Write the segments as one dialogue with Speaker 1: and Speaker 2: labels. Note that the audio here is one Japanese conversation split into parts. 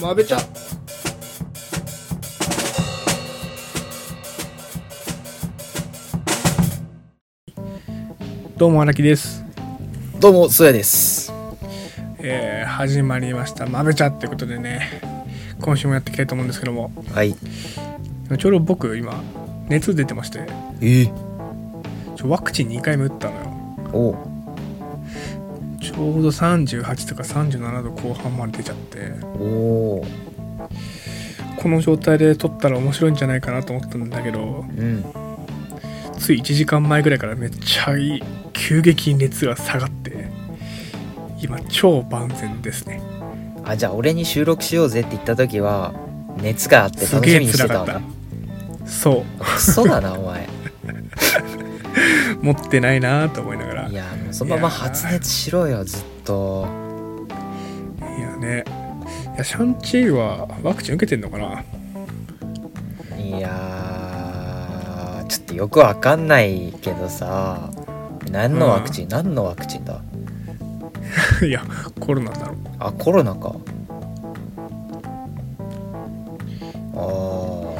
Speaker 1: まべちゃ
Speaker 2: どうも荒木です、
Speaker 3: どうも、すやです。
Speaker 2: えー始まりました「まべちゃ」ってことでね今週もやっていきたいと思うんですけども
Speaker 3: はい。
Speaker 2: ちょうど僕今熱出てまして
Speaker 3: え
Speaker 2: ちょワクチン2回目打ったのよ
Speaker 3: お
Speaker 2: ちょうど38とか37度後半まで出ちゃって
Speaker 3: お
Speaker 2: この状態で撮ったら面白いんじゃないかなと思ったんだけど
Speaker 3: うん。
Speaker 2: つい1時間前ぐらいからめっちゃいい急激に熱が下がって今超万全ですね
Speaker 3: あ、じゃあ、俺に収録しようぜって言った時は、熱があって
Speaker 2: す
Speaker 3: 楽
Speaker 2: げ
Speaker 3: し
Speaker 2: え
Speaker 3: みにし
Speaker 2: 辛
Speaker 3: てた
Speaker 2: か
Speaker 3: わ
Speaker 2: った
Speaker 3: な。
Speaker 2: そ
Speaker 3: クソだな、お前。
Speaker 2: う持ってないなと思いながら
Speaker 3: いや、もうそのまま発熱しろよ、ずっと。
Speaker 2: いやねいやシャンチーはワクチン受けてんのかない
Speaker 3: やー、ちょっとよくわかんないけどさ、何のワクチン、何のワクチンだ
Speaker 2: いやコロナだろ
Speaker 3: あ、コロナか。あー、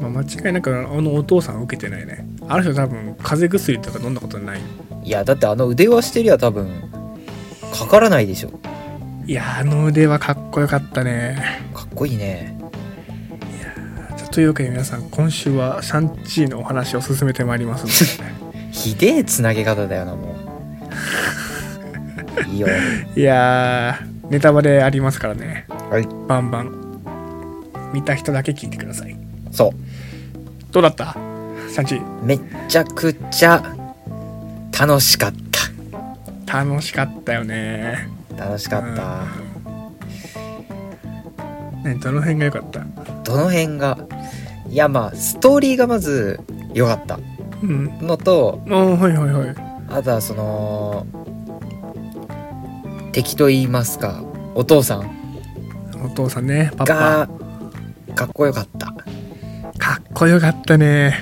Speaker 2: まあ、間違いなくあのお父さんは受けてないねあの人多分風邪薬とか飲んだことない
Speaker 3: いや、だってあの腕輪してりゃ多分、かからないでしょ。
Speaker 2: いやあの腕はかっこよかったね
Speaker 3: かっこいいね
Speaker 2: じゃというわけで皆さん今週はシャンチーのお話を進めてまいりますの
Speaker 3: ひでえつなげ方だよなもういいよ
Speaker 2: で いやーネタバレありますからね
Speaker 3: はい
Speaker 2: バンバン見た人だけ聞いてください
Speaker 3: そ
Speaker 2: どうだったシャンチー
Speaker 3: うめっちゃくちゃ楽しかった
Speaker 2: 楽しかったよね
Speaker 3: 楽しかった、
Speaker 2: ねどの辺が良かった
Speaker 3: どの辺がいやまあストーリーがまず良かった
Speaker 2: うん
Speaker 3: のと
Speaker 2: ああはいはいはい
Speaker 3: あとはその敵と言いますかお父さん
Speaker 2: お父さんねパパ
Speaker 3: がかっこよかった
Speaker 2: かっこよかったね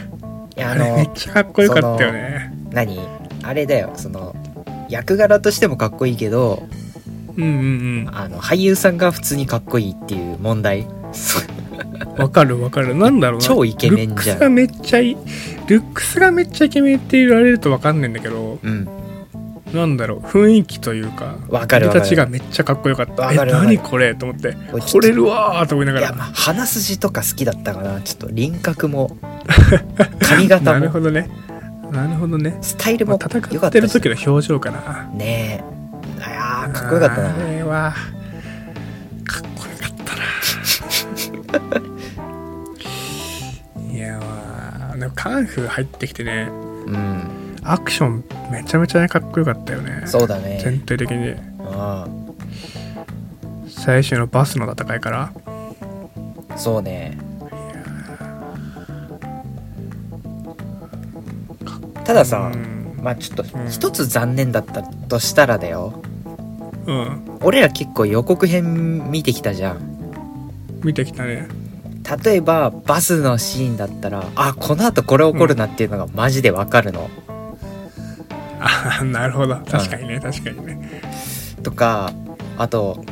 Speaker 3: いや
Speaker 2: あ
Speaker 3: あ
Speaker 2: れめっ
Speaker 3: の
Speaker 2: ちゃかっこよかったよね
Speaker 3: 何あれだよその役柄としてもかっこいいけど
Speaker 2: うんうん
Speaker 3: あの俳優さんが普通にかっこいいっていう問 題そ
Speaker 2: うんわかるわかるなんだろうな
Speaker 3: 超イケメンじゃん
Speaker 2: ルックスがめっちゃいいルックスがめっちゃイケメンって言われるとわかんないんだけど
Speaker 3: うん
Speaker 2: なんだろう雰囲気というか
Speaker 3: わかるわかる
Speaker 2: たちがめっちゃかっこよかった
Speaker 3: わ
Speaker 2: え
Speaker 3: かるわかる
Speaker 2: 何これと思って
Speaker 3: これちょっと
Speaker 2: 惚れるわーと思いないが
Speaker 3: や
Speaker 2: ら
Speaker 3: まあ鼻筋とか好きだったかなちょっと輪郭も 髪型
Speaker 2: なるほ
Speaker 3: も
Speaker 2: どねなるほどね、
Speaker 3: スタイル
Speaker 2: ま
Speaker 3: も
Speaker 2: あ、戦
Speaker 3: 良か
Speaker 2: っ
Speaker 3: ったし
Speaker 2: てる時の表情かな
Speaker 3: ねえあーかっこよかった
Speaker 2: あ
Speaker 3: な
Speaker 2: れはかっこよか ったないやまあでもカンフー入ってきてね
Speaker 3: うん
Speaker 2: アクションめちゃめちゃかっこよかったよね
Speaker 3: そうだ
Speaker 2: 全
Speaker 3: ね
Speaker 2: 体的に
Speaker 3: あ
Speaker 2: 最初のバスの戦いから
Speaker 3: あそうねたださ
Speaker 2: うん
Speaker 3: まあちょっと
Speaker 2: うん
Speaker 3: 一つ残念だったとしたらだよ
Speaker 2: うん
Speaker 3: 俺ら結構予告編見てきたじゃん
Speaker 2: 見てきたね
Speaker 3: 例えばバスのシーンだったらあこのあとこれ起こるなっていうのがマジでわかるの、
Speaker 2: あなるほど確かにね確かにね
Speaker 3: とかあと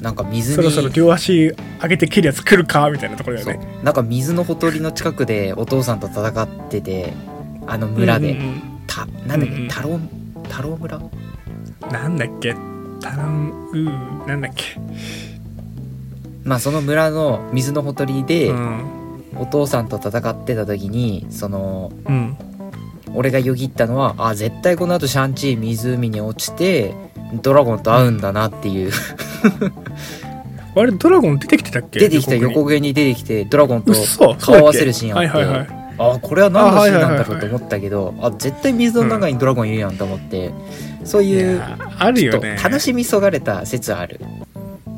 Speaker 3: なんか水に
Speaker 2: そろそろ両足上げて切るやつ来るかみたいなところだ
Speaker 3: そう
Speaker 2: よね
Speaker 3: なんか水のほとりの近くでお父さんと戦っててあの村で、
Speaker 2: うんうん
Speaker 3: たなんだっ
Speaker 2: うんうん
Speaker 3: け太郎太郎村
Speaker 2: うんなんだっけタランうーなんだっけ
Speaker 3: まあその村の水のほとりで
Speaker 2: うん
Speaker 3: お父さんと戦ってた時にその
Speaker 2: うん
Speaker 3: 俺がよぎったのはあ絶対このあとシャンチー湖に落ちてドラゴンと会うんだなっていう
Speaker 2: あれドラゴン出てきてたっけ
Speaker 3: 出てきた
Speaker 2: 横
Speaker 3: 横毛に出てきてドラゴン
Speaker 2: う
Speaker 3: と
Speaker 2: っそ
Speaker 3: 顔合わせるシーンあって、
Speaker 2: はいはいはい
Speaker 3: あこれは何のシーンなんだろ
Speaker 2: あ
Speaker 3: う
Speaker 2: はいはいはい
Speaker 3: と思ったけどあ絶対水の中にドラゴンいるやんと思って、そう
Speaker 2: い
Speaker 3: いう
Speaker 2: やある
Speaker 3: ちょっ
Speaker 2: よ
Speaker 3: と
Speaker 2: ね
Speaker 3: 楽しみそがれた説はある、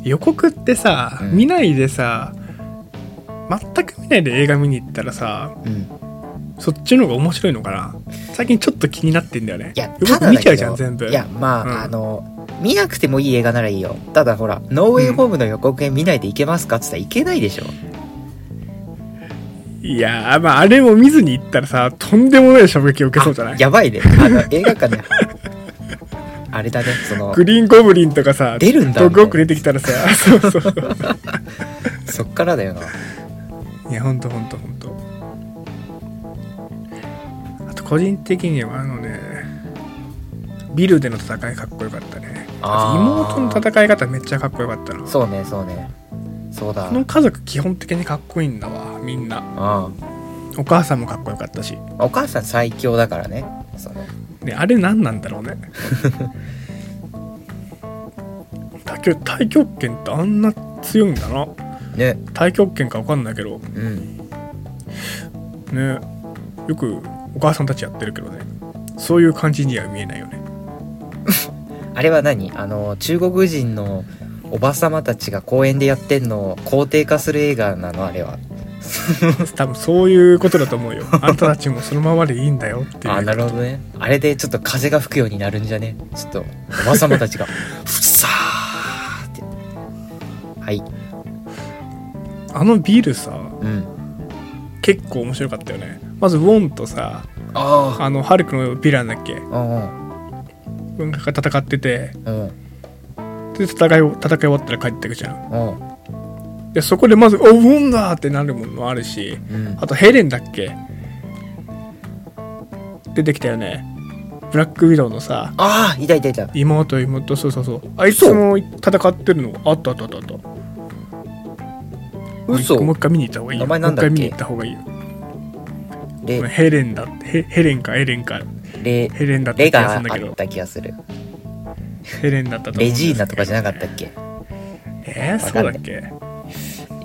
Speaker 2: 予告ってさ、
Speaker 3: うん
Speaker 2: 見ないでさ全く見ないで映画見に行ったらさ
Speaker 3: うん、い
Speaker 2: そっちの方が面白いのかな最近ちょっと気になってんだよね
Speaker 3: や
Speaker 2: 予
Speaker 3: た
Speaker 2: 告
Speaker 3: だ
Speaker 2: 見
Speaker 3: だ
Speaker 2: ち
Speaker 3: け
Speaker 2: ゃうじゃん
Speaker 3: ど
Speaker 2: 全部
Speaker 3: いやまあ、
Speaker 2: うん
Speaker 3: あの見なくてもいい映画ならいいよただほら「ノーウェイホーム」の予告編見ないでいけますかっつったらいけないでしょ、
Speaker 2: いやーまああれも見ずに行ったらさとんでもない衝撃を受けそうじゃない
Speaker 3: やばいねあの映画館で あれだねその
Speaker 2: グリーンゴブリンとかさ
Speaker 3: 出るんだ
Speaker 2: ドッグウォーク出てきたらさ そうそうそう
Speaker 3: そっからだよない
Speaker 2: やほんとほんとほんとあと個人的にはあのねビルでの戦いかっこよかったねあと
Speaker 3: あー
Speaker 2: 妹の戦い方めっちゃかっこよかったなこ
Speaker 3: そうねそうねそうだ
Speaker 2: の家族基本的にかっこいいんだわみんな
Speaker 3: う
Speaker 2: お母さんもかっこよかったし
Speaker 3: んお母さん最強だからねその
Speaker 2: ねあれ何なんだろうね だけど太極拳ってあんな強いんだな
Speaker 3: ね
Speaker 2: 太極拳か分かんないけど
Speaker 3: うん
Speaker 2: ねよくお母さんたちやってるけどねそういう感じには見えないよね
Speaker 3: あれは何あの中国人のおばさまたちが公園でやってんのを肯定化する映画なのあれは
Speaker 2: 多分そういうことだと思うよ あんたたちもそのままでいいんだよっていう
Speaker 3: あなるほどねあれでちょっと風が吹くようになるんじゃねちょっとおばさまた ちがふさーってはい
Speaker 2: あのビールさ
Speaker 3: うん
Speaker 2: 結構面白かったよねまずウォンとさ
Speaker 3: あ
Speaker 2: あのハルクのヴィランだっけ
Speaker 3: あうん
Speaker 2: が戦ってて
Speaker 3: うん
Speaker 2: で戦いを戦い終わったら帰ってくじゃん
Speaker 3: うん
Speaker 2: でそこでまず「おウォンだ!」ってなるものもあるし
Speaker 3: うん
Speaker 2: あとヘレンだっけ出てきたよねブラックウィドウのさ
Speaker 3: ああいたいたいた
Speaker 2: 妹妹そうそうそうあいつも戦ってるのあったあったあったあった
Speaker 3: 嘘
Speaker 2: もう一回見に行った方がいいよ
Speaker 3: 名前なんだっけ
Speaker 2: もう一回見に行った方がいいよ
Speaker 3: レ
Speaker 2: ヘレンだってヘヘレンかエレンか
Speaker 3: レ
Speaker 2: ヘレンだった
Speaker 3: レ
Speaker 2: 気が
Speaker 3: が
Speaker 2: す
Speaker 3: あ
Speaker 2: るんだけ
Speaker 3: っ
Speaker 2: ど
Speaker 3: た気がする
Speaker 2: ヘレンだったと思うん
Speaker 3: レ
Speaker 2: です
Speaker 3: ジー
Speaker 2: けど
Speaker 3: ナとかじゃなかったっけ
Speaker 2: えー、
Speaker 3: わ
Speaker 2: そ
Speaker 3: かん
Speaker 2: う
Speaker 3: ない
Speaker 2: だっけ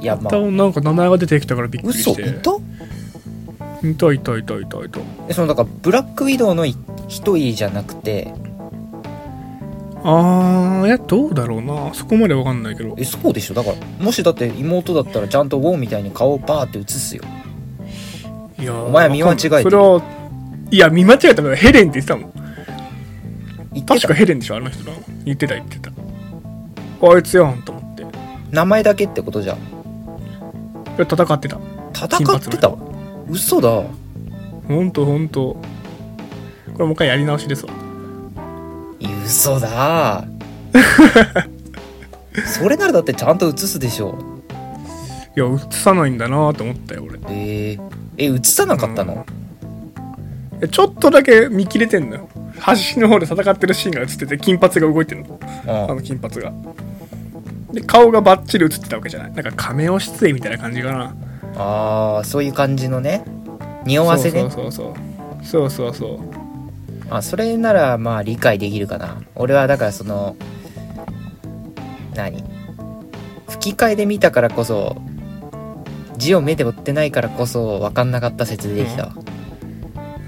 Speaker 3: いやまあ
Speaker 2: 多分なんか名前が出てきたからびっくり
Speaker 3: 嘘
Speaker 2: して
Speaker 3: いた
Speaker 2: いたいたいたいたいた
Speaker 3: えそのだからブラックウィドウのい一人じゃなくて
Speaker 2: あーいやどうだろうなそこまでわかんないけど
Speaker 3: えそうでしょだからもしだって妹だったらちゃんとウォーみたいに顔をバーって映すよ
Speaker 2: いやお
Speaker 3: 前見間違えてる
Speaker 2: それはいや見間違えたのヘレンって言ってたもん
Speaker 3: 言って
Speaker 2: 確か
Speaker 3: た
Speaker 2: ヘレンでしょあの人な言ってた言ってたあいつやんと思って
Speaker 3: 名前だけってことじゃん
Speaker 2: で戦ってた金
Speaker 3: 戦
Speaker 2: 髪
Speaker 3: っ
Speaker 2: の
Speaker 3: てたわ嘘だ
Speaker 2: ほんとほんとこれもう一回やり直しですわ
Speaker 3: いや嘘 だそれならだってちゃんと映すでしょ
Speaker 2: いや映さないんだなと思ったよ俺
Speaker 3: えー、え映さなかったの、
Speaker 2: えちょっとだけ見切れてんのよ端の方で戦ってるシーンが映ってて金髪が動いてるの
Speaker 3: うん
Speaker 2: あの金髪がで顔がバッチリ映ってたわけじゃないなんか亀尾出演みたいな感じかな
Speaker 3: ああそういう感じのね匂わせね
Speaker 2: そうそうそうそうそうそうそう
Speaker 3: あそれならまあ理解できるかな俺はだからその何吹き替えで見たからこそ字を目で追ってないからこそ分かんなかった説でできたわ、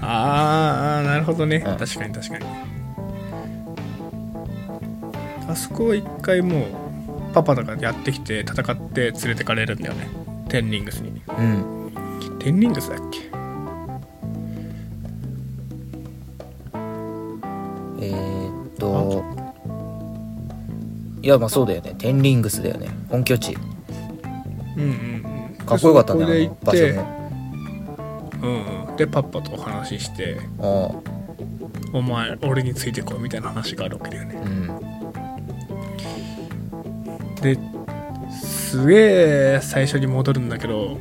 Speaker 2: あーあーなるほどね、
Speaker 3: うん
Speaker 2: 確かに確かにあそこは一回もうパパとかやってきて戦って連れてかれるんだよねテンリングスに
Speaker 3: うん
Speaker 2: テンリングスだっけ
Speaker 3: えー、っといやまあそうだよねテンリングスだよね本拠地
Speaker 2: うんうんうん
Speaker 3: かっこよかったね
Speaker 2: でそこ
Speaker 3: あ
Speaker 2: で行
Speaker 3: の場
Speaker 2: って
Speaker 3: 所も
Speaker 2: うんうん、でパッパとお話しして
Speaker 3: あ
Speaker 2: 「お前俺についてこい」みたいな話があるわけだよね
Speaker 3: あうん
Speaker 2: ですげえ最初に戻るんだけど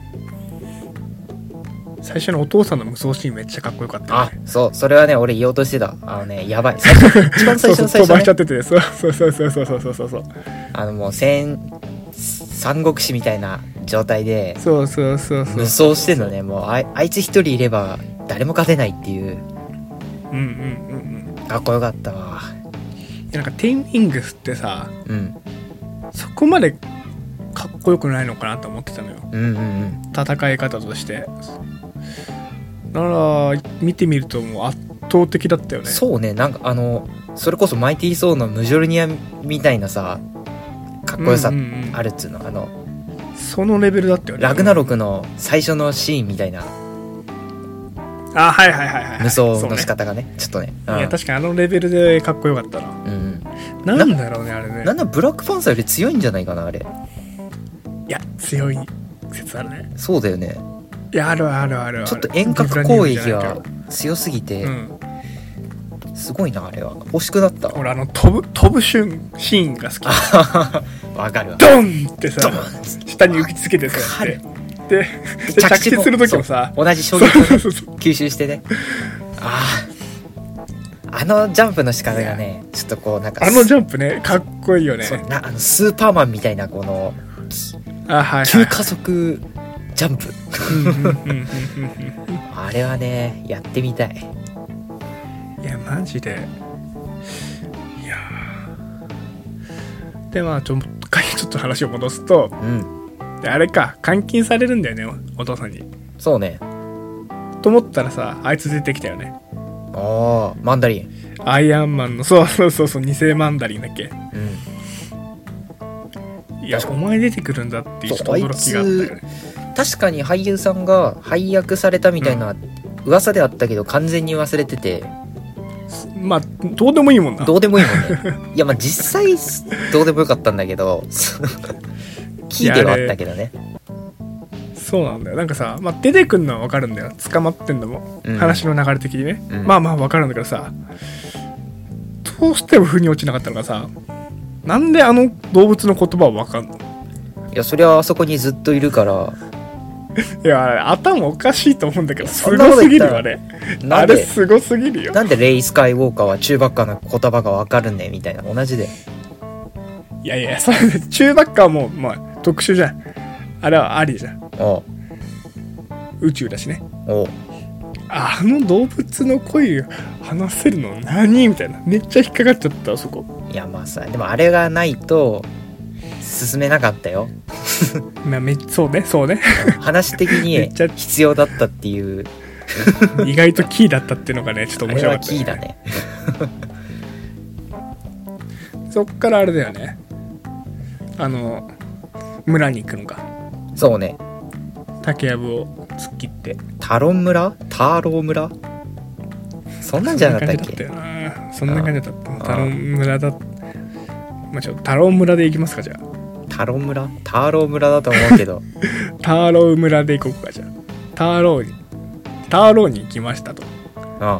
Speaker 2: 最初のお父さんの無双シーンめっちゃかっこよかったよ
Speaker 3: あ
Speaker 2: ね
Speaker 3: そうそれはね俺言おうとしてたあのねやばい最初 一番最初の
Speaker 2: そうそう
Speaker 3: 最
Speaker 2: 飛ばし
Speaker 3: 初、
Speaker 2: ちゃっ
Speaker 3: ね、
Speaker 2: ててそうそうそうそうそうそうそうそうそう
Speaker 3: あのもう戦三国志みたいな状態で
Speaker 2: そうそうそうそう
Speaker 3: 無双してんのねもうあいあいつ一人いれば誰も勝てないっていう
Speaker 2: うんうんうんうん
Speaker 3: かっこよかったわ
Speaker 2: いやなんかテンリングスってさ
Speaker 3: うん
Speaker 2: そこまでかっこよくないのかなと思ってたのよ
Speaker 3: うんうんうん
Speaker 2: 戦い方としてなら見てみるともう圧倒的だったよね
Speaker 3: そうねなんかあのそれこそマイティー・ソーのムジョルニアみたいなさかっこよさ
Speaker 2: うんうんうん
Speaker 3: あるっつうのあの
Speaker 2: そのレベルだったよね
Speaker 3: ラグナロクの最初のシーンみたいな
Speaker 2: あはいはいはいはい
Speaker 3: 無双の仕
Speaker 2: そう
Speaker 3: 方がねちょっとねうん
Speaker 2: ねいや確かにあのレベルでかっこよかった
Speaker 3: うん
Speaker 2: ななんだろうねあれ
Speaker 3: う
Speaker 2: ね
Speaker 3: んなんだブラックパンサーより強いんじゃないかなあれ
Speaker 2: いや強い説あるね
Speaker 3: そうだよね
Speaker 2: いやあるあるあるある
Speaker 3: ちょっと遠隔攻撃が強すぎて、
Speaker 2: うん
Speaker 3: すごいなあれは欲しくなったわ
Speaker 2: 俺あの飛ぶ飛ぶシーンシーンが好き
Speaker 3: わかるわ
Speaker 2: ドンってさ
Speaker 3: ドーンっつって
Speaker 2: 下に浮きつけてさやってでで
Speaker 3: 着
Speaker 2: 着
Speaker 3: 地
Speaker 2: 地
Speaker 3: も
Speaker 2: する時もさ
Speaker 3: そう同じ衝
Speaker 2: そう
Speaker 3: 撃を
Speaker 2: そうそうそう
Speaker 3: 吸収してねあああのジャンプの仕方がねちょっとこうなんか
Speaker 2: あのジャンプねかっこいいよね
Speaker 3: そうなあのスーパーマンみたいなこの
Speaker 2: あはい、は
Speaker 3: 急
Speaker 2: い
Speaker 3: 加速ジャンプ
Speaker 2: うんうんうんうんう
Speaker 3: あれはねやってみたい
Speaker 2: んいやマジでいやーでまあちょちょっと話を戻すと
Speaker 3: うん
Speaker 2: であれか監禁されるんだよねおお父さんに
Speaker 3: そうね
Speaker 2: と思ったらさあいつ出てきたよね
Speaker 3: ああマンダリン
Speaker 2: アイアンマンのそうそうそうそう偽マンダリンだっけ
Speaker 3: うん
Speaker 2: いや
Speaker 3: 確
Speaker 2: お前出てくるんだっていうちょっと
Speaker 3: そう
Speaker 2: 驚きがあったよね
Speaker 3: 確かに俳優さんが配役されたみたいな噂であったけど完全に忘れてて
Speaker 2: まあどうでもいいもんな
Speaker 3: どうでもいいもん ねいやまあ実際どうでもよかったんだけどキーではあったけどね
Speaker 2: そうなんだよなんかさ、まあ、出てくるのは分かるんだよ捕まってんのも、
Speaker 3: うん
Speaker 2: 話の流れ的にね、
Speaker 3: うん
Speaker 2: まあまあ分かるんだけどさどうしても腑に落ちなかったのがさなんであの動物の言葉は分かんの
Speaker 3: いやそりゃあそこにずっといるから
Speaker 2: いやあれ頭おかしいと思うんだけどす
Speaker 3: そんなこ
Speaker 2: ご
Speaker 3: と
Speaker 2: す
Speaker 3: 言
Speaker 2: ぎ
Speaker 3: った
Speaker 2: る
Speaker 3: ら
Speaker 2: あれ
Speaker 3: な
Speaker 2: あ
Speaker 3: ん
Speaker 2: れ
Speaker 3: です
Speaker 2: ごすぎるよ
Speaker 3: なんでレイ・スカイウォーカーは中ばっかの言葉がわかるねみたいな同じで
Speaker 2: いやいやそれ中ばっかはもう、まあ、特殊じゃんあれはありじゃん
Speaker 3: おう
Speaker 2: 宇宙だしね
Speaker 3: おう
Speaker 2: あの動物の声を話せるの何みたいなめっちゃ引っかかっちゃったあそこ
Speaker 3: いやまあさでもあれがないと進めなかったよ
Speaker 2: まあめそうねそうね
Speaker 3: 話的
Speaker 2: め
Speaker 3: に
Speaker 2: っちゃ
Speaker 3: 必要だったっていう
Speaker 2: 意外とキーだったっていうのがねちょっと
Speaker 3: あ
Speaker 2: 面
Speaker 3: れ
Speaker 2: 白か
Speaker 3: は
Speaker 2: った
Speaker 3: キ
Speaker 2: ね、
Speaker 3: ーだね
Speaker 2: そっからあれだよねあの村に行くのか
Speaker 3: そうね
Speaker 2: 竹やぶを突っ切って
Speaker 3: タロン村ターロー村そんなんじゃなかったっけ
Speaker 2: そんな感じだったよなそんな感じだったタロン村だまあちょっとタロン村で行きますかじゃあ
Speaker 3: タロン村ターロー村だと思うけど
Speaker 2: ターロー村で行こうかじゃあターローにターローに行きましたと
Speaker 3: うん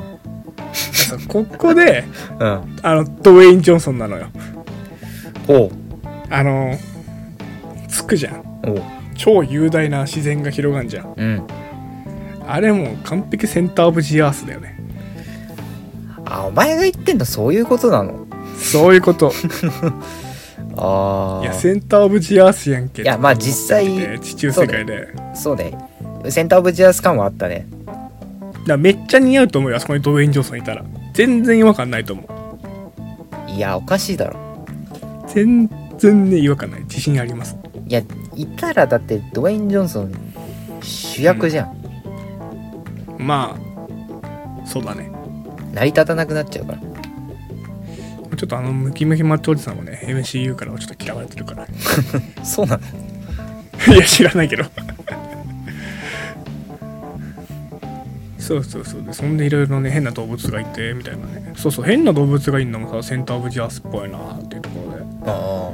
Speaker 2: そうここで
Speaker 3: うん
Speaker 2: あのドウェイン・ジョンソンなのよ
Speaker 3: おう
Speaker 2: あの着くじゃん
Speaker 3: おう
Speaker 2: 超雄大な自然が広がんじゃん
Speaker 3: うん
Speaker 2: あれもう完璧センター・オブ・ジ・アースだよね
Speaker 3: あお前が言ってんのそういうことなの
Speaker 2: そういうこと
Speaker 3: あ
Speaker 2: い や
Speaker 3: あ
Speaker 2: センター・オブ・ジ・アースやんけ
Speaker 3: いやまあ実際
Speaker 2: 地中世界でだか
Speaker 3: そうねセンターオブジェアス感はあったね
Speaker 2: らめっちゃ似合うと思うよあそこにドウェイン・ジョンソンいたら全然違和感ないと思う
Speaker 3: いやおかしいだろ
Speaker 2: 全然ね違和感ない自信あります
Speaker 3: いやいたらだってドウェイン・ジョンソン主役じゃん、
Speaker 2: まあそうだね
Speaker 3: 成り立たなくなっちゃうから
Speaker 2: ちょっとあのムキムキマッチョおじさんもね MCU からはちょっと嫌われてるから
Speaker 3: そうなの
Speaker 2: いや知らないけどそうそうそうでそんでいろいろね変な動物がいてみたいなねそうそう変な動物がいるのもさセンター・オブ・ジアースっぽいなっていうところで
Speaker 3: あ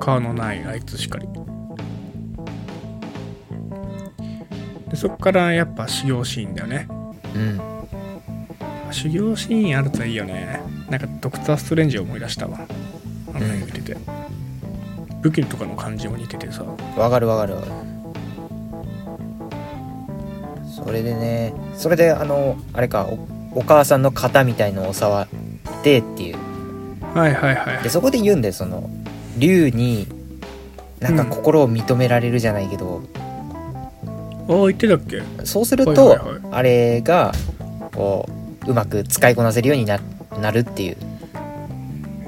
Speaker 2: 川のないあいつしかりでそっからやっぱ修行シーンだよね
Speaker 3: あうん
Speaker 2: 修行シーンあるといいよねなんかドクター・ストレンジを思い出したわあの辺見てて武器とかの感じも似ててさ
Speaker 3: わかるわかるわかるそれでねそれであのあれかおお母さんの肩みたいのを触ってっていう
Speaker 2: はいはいはい
Speaker 3: でそこで言うんだよその竜になんか
Speaker 2: うん
Speaker 3: 心を認められるじゃないけど、
Speaker 2: ああ言ってたっけ
Speaker 3: そうすると、
Speaker 2: はいはいはい
Speaker 3: あれがこううまく使いこなせるようにななるっていう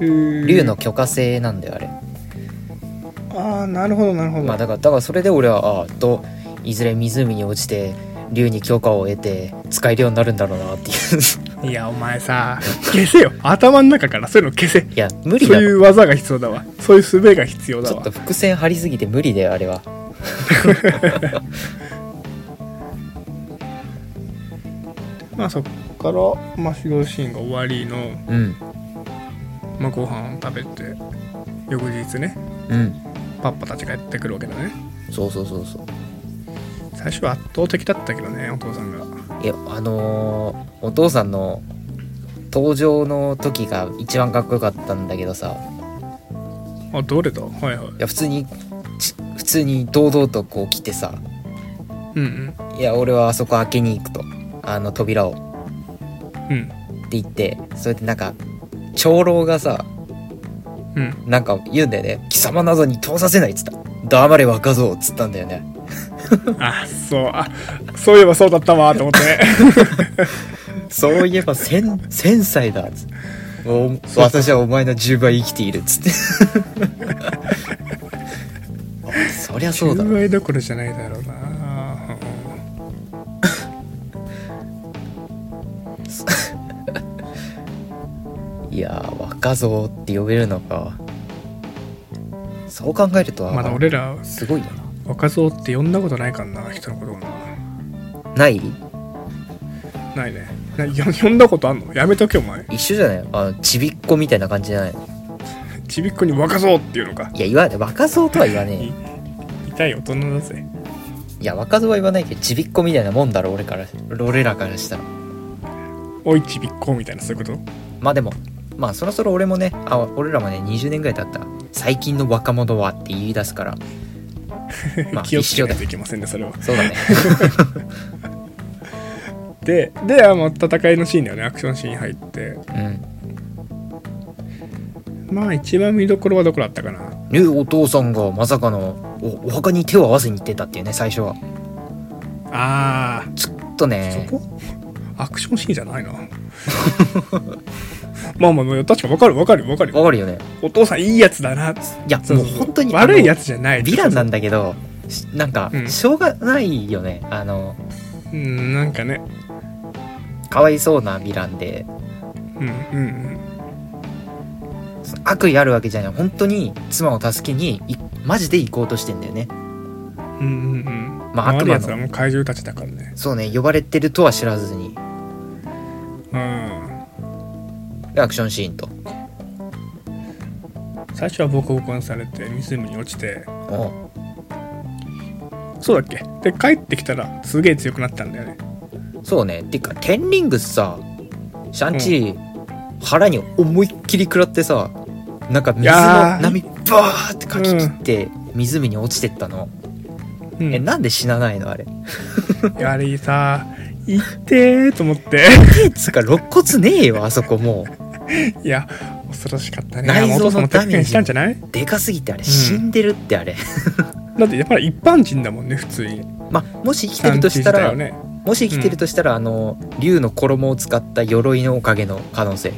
Speaker 2: 竜
Speaker 3: 竜の許可制なんだよあれ、
Speaker 2: ああなるほどなるほど、
Speaker 3: まあ、だからだからそれで俺はああといずれ湖に落ちて竜に許可を得て使えるようになるんだろうなっていう
Speaker 2: いやお前さ消せよ頭の中からそういうの消せ
Speaker 3: いや無理
Speaker 2: そう
Speaker 3: だろ
Speaker 2: いう技が必要だわそういう術が必要だ
Speaker 3: ちょっ
Speaker 2: わ
Speaker 3: と伏線張りすぎて無理だよあれは
Speaker 2: まあそっから、まあ、修行シーンが終わりの、
Speaker 3: うん
Speaker 2: まあ、ご飯を食べて翌日ね
Speaker 3: うん
Speaker 2: パッパたちがやってくるわけだね
Speaker 3: そうそうそうそう
Speaker 2: 最初は圧倒的だったけどねお父さんが
Speaker 3: いえあのーお父さんの登場の時が一番かっこよかったんだけどさ
Speaker 2: あどれだはいはい
Speaker 3: いや普通にち普通に堂々とこう来てさ
Speaker 2: うん
Speaker 3: 「いや俺はあそこ開けに行くと」あの扉を
Speaker 2: うん
Speaker 3: って言ってそれでなんか長老がさ
Speaker 2: うんうん
Speaker 3: なんか言うんだよね「貴様などに通させない」っつった「黙れ若造」っつったんだよね
Speaker 2: あそうあそういえばそうだったわと思って
Speaker 3: そういえば 千千歳だっつってお私はお前の10倍生きているっつって あそりゃ そうだ
Speaker 2: 10
Speaker 3: ろ
Speaker 2: 倍どころじゃないだろうな
Speaker 3: いやー若造って呼べるのかそう考えると
Speaker 2: う
Speaker 3: は、
Speaker 2: んまだ俺ら
Speaker 3: すごいよ
Speaker 2: 若造って呼んだことないからな人のことを
Speaker 3: な
Speaker 2: な
Speaker 3: ない
Speaker 2: ないねなよ呼んだことあんのやめとけお前
Speaker 3: 一緒じゃないあのちびっこみたいな感じじゃないの
Speaker 2: ちびっこに若造っていうのか
Speaker 3: いや言わない若造とは言わねえよ
Speaker 2: 痛い大人だぜ
Speaker 3: いや若造は言わないけどちびっこみたいなもんだろ俺から俺らからしたら
Speaker 2: おいちびっこみたいなそういうこと
Speaker 3: まあでもまあそろそろ俺もねあ俺らもね20年ぐらい経ったら最近の若者はって言い出す からまあ
Speaker 2: 気を
Speaker 3: 一
Speaker 2: つけ
Speaker 3: 緒
Speaker 2: な
Speaker 3: だ
Speaker 2: いといけませんねそれは
Speaker 3: そうだね
Speaker 2: でであの戦いのシーンだよねアクションシーン入って
Speaker 3: うん
Speaker 2: まあ一番見どころはどこだったかな
Speaker 3: ねお父さんがまさかのおお墓に手を合わせに行ってたっていうね最初は
Speaker 2: あー
Speaker 3: ちょっとね
Speaker 2: そこアクションシーンじゃないな まあまあまあ確か分かる分かる分かる
Speaker 3: わかるよね
Speaker 2: お父さんいいやつだない
Speaker 3: や
Speaker 2: そう
Speaker 3: もう本当に
Speaker 2: 悪いや
Speaker 3: つ
Speaker 2: つじゃない
Speaker 3: ヴィランなんだけどしなんか
Speaker 2: うん
Speaker 3: しょうがないよね、あの
Speaker 2: うんなんかね
Speaker 3: かわいそうなヴィランで
Speaker 2: うんうん
Speaker 3: その悪意あるわけじゃない本当に妻を助けにいマジで行こうとしてんだよね
Speaker 2: うんうんうんうん
Speaker 3: まあ悪魔の
Speaker 2: 悪いやつはもう怪獣たちだからね
Speaker 3: そうね呼ばれてるとは知らずに
Speaker 2: うん
Speaker 3: でアクションシーンと
Speaker 2: 最初はボコボコにされて湖に落ちて
Speaker 3: おう
Speaker 2: そうだっけで帰ってきたらすげえ強くなったんだよね
Speaker 3: そうねてかテンリングスさシャンチー、腹に思いっきり食らってさなんか水の波バーってかき切って湖に落ちてったの、
Speaker 2: うん
Speaker 3: えなんで死なないのあれ
Speaker 2: いやあれさ行ってーと思って
Speaker 3: えつうか肋骨ねえよあそこも
Speaker 2: いや恐ろしかったね
Speaker 3: 内臓の
Speaker 2: お父さんも手加減したんじゃないう
Speaker 3: でかすぎてあれ死んでるってあれ、
Speaker 2: だってやっぱり一般人だもんね普通に
Speaker 3: まもし生きてるとしたら
Speaker 2: 産地自体はね
Speaker 3: もし生きてるとしたら、あの竜の衣を使った鎧のおかげの可能性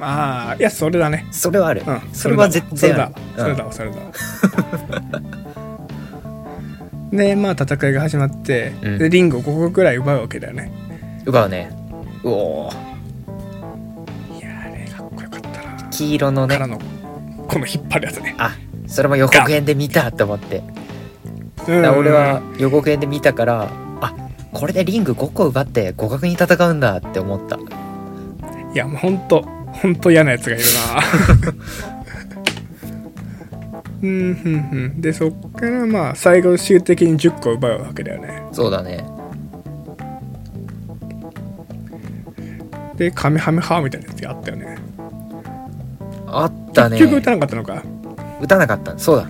Speaker 2: ああいやそれだね
Speaker 3: それはある、
Speaker 2: うん
Speaker 3: それは絶対ある
Speaker 2: それだわそれだわそれだわ でまあ戦いが始まって、
Speaker 3: うん
Speaker 2: でリングを5個くらい奪うわけだよね
Speaker 3: 奪うねうおー
Speaker 2: いやあれかっこよかったな、
Speaker 3: 黄色の
Speaker 2: から
Speaker 3: ね
Speaker 2: のこの引っ張るやつね
Speaker 3: あそれも予告編で見たと思って
Speaker 2: うん
Speaker 3: だから俺は予告編で見たからあこれでリング5個奪って互角に戦うんだって思った
Speaker 2: いやもうほんとほんと嫌なやつがいる なうんふんふんでそっからまあ最後終的に10個奪うわけだよね
Speaker 3: そうだね
Speaker 2: でカメハメハみたいなやつがあったよね
Speaker 3: あったね
Speaker 2: 結局打たなかったのか
Speaker 3: 打たなかったそうだ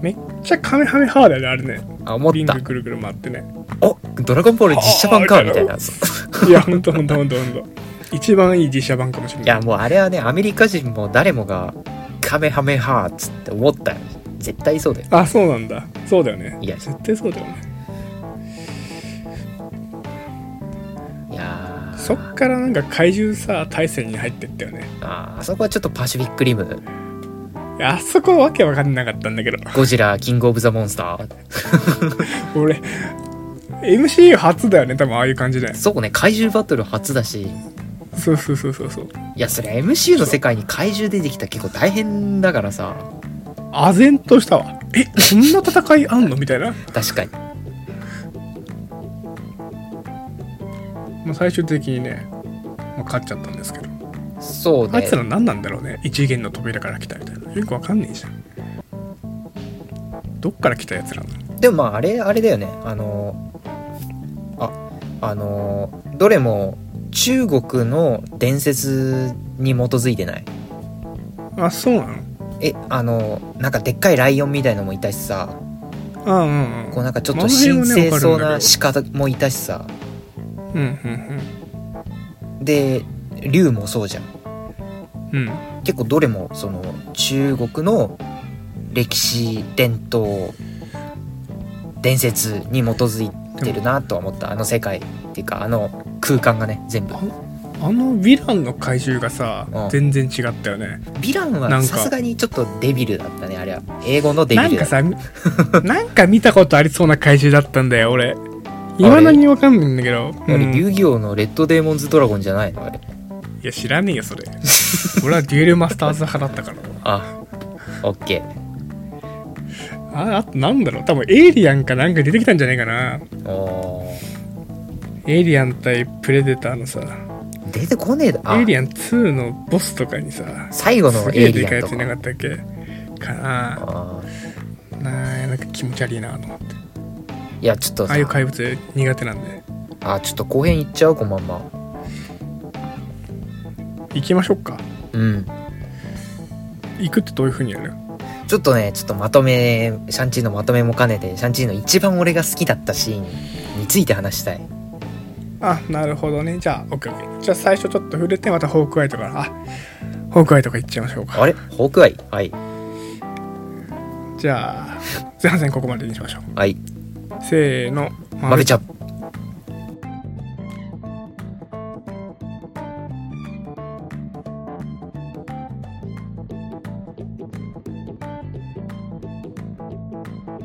Speaker 2: めっちゃカメハメハだよねあれね
Speaker 3: あ思っ
Speaker 2: リン
Speaker 3: た
Speaker 2: グぐるぐる回ってね
Speaker 3: おドラゴンボール実写版
Speaker 2: あ
Speaker 3: か
Speaker 2: ー
Speaker 3: みたいなそう
Speaker 2: いやほんとほんとほんとほんと一番いい実写版かもしれ ない
Speaker 3: いやもうあれはねアメリカ人も誰もがカメハメハーっつって思ったよ絶対そうだよ
Speaker 2: あそうなんだそうだよね
Speaker 3: いや
Speaker 2: 絶対そうだよね
Speaker 3: いやー
Speaker 2: そっからなんか怪獣さ大戦に入ってったよね
Speaker 3: あーあそこはちょっとパシフィックリム
Speaker 2: いやあそこわけわかんなかったんだけど
Speaker 3: ゴジラキングオブザモンスター
Speaker 2: 俺 MCU 初だよね多分ああいう感じで
Speaker 3: そうね怪獣バトル初だし
Speaker 2: そうそうそうそうそう
Speaker 3: いやそれ MCU の世界に怪獣出てきたら結構大変だからさ
Speaker 2: 唖然としたわえこんな戦いあんのみたいな、
Speaker 3: 確かに
Speaker 2: まあ、最終的にね、まあ、勝っちゃったんですけど
Speaker 3: そう
Speaker 2: あい
Speaker 3: ね
Speaker 2: つら何なんだろうね一元の扉から来たみたいなよくわかんねえじゃんどっから来たやつらなの
Speaker 3: でもまああれあれだよねあのーああのーどれも中国の伝説に基づいてない
Speaker 2: あそうなの
Speaker 3: えあのーなんかでっかいライオンみたいのもいたしさ
Speaker 2: あうんうん
Speaker 3: こうなんかちょっ
Speaker 2: まあ
Speaker 3: と
Speaker 2: あの辺は
Speaker 3: 神
Speaker 2: ね
Speaker 3: 聖そう
Speaker 2: わかる
Speaker 3: な
Speaker 2: んだけ
Speaker 3: 鹿もいたしさ
Speaker 2: うんうん
Speaker 3: で竜もそうじゃん
Speaker 2: うん
Speaker 3: 結構どれもその中国の歴史伝統伝説に基づいてるなとは思ったあの世界っていうかあの空間がね全部
Speaker 2: ああのヴィランの怪獣がさ、
Speaker 3: うん
Speaker 2: 全然違ったよね
Speaker 3: ヴィラン
Speaker 2: な
Speaker 3: は
Speaker 2: んか
Speaker 3: さすがにちょっとデビルだったねあれは英語のデ
Speaker 2: な
Speaker 3: ビル
Speaker 2: ん
Speaker 3: だ
Speaker 2: か
Speaker 3: った
Speaker 2: さ なんか見たことありそうな怪獣だったんだよ俺いまだにわかんないんだけど、
Speaker 3: あ
Speaker 2: う
Speaker 3: れ
Speaker 2: ん
Speaker 3: 遊戯王のレッドデーモンズドラゴンじゃないのあれ
Speaker 2: いや知らねえよそれ俺はデュエルマスターズ派だったから
Speaker 3: あオッケー
Speaker 2: ああとなんだろう多分エイリアンかなんか出てきたんじゃないかな
Speaker 3: お
Speaker 2: エイリアン対プレデターのさ
Speaker 3: ー出てこねえだあ
Speaker 2: エイリアン2のボスとかにさ
Speaker 3: 最後の
Speaker 2: すげ
Speaker 3: エ
Speaker 2: え
Speaker 3: イ
Speaker 2: で
Speaker 3: リア
Speaker 2: かい
Speaker 3: ン
Speaker 2: や
Speaker 3: と
Speaker 2: つい
Speaker 3: か
Speaker 2: なかったっけかな
Speaker 3: あ
Speaker 2: ななんか気持ち悪いなと思って
Speaker 3: ーいやちょっと
Speaker 2: あ
Speaker 3: さ
Speaker 2: あいう怪物苦手なんで
Speaker 3: あちょっと後編いっちゃうこのまんま
Speaker 2: 行きましょうか
Speaker 3: うん
Speaker 2: 行くってどういう風にやる
Speaker 3: ちょっとね、ちょっとまとめ、シャンチーのまとめも兼ねて、シャンチーの一番俺が好きだったシーンについて話したい。
Speaker 2: あなるほどねじゃあ OK じゃあ最初ちょっと触れてまたホークアイとかあホークアイとか行っちゃいましょう
Speaker 3: あ
Speaker 2: か
Speaker 3: れホークアイはい。
Speaker 2: じゃあ前半戦ここまでにしましょう
Speaker 3: はい。
Speaker 2: せーの
Speaker 3: マルちゃん。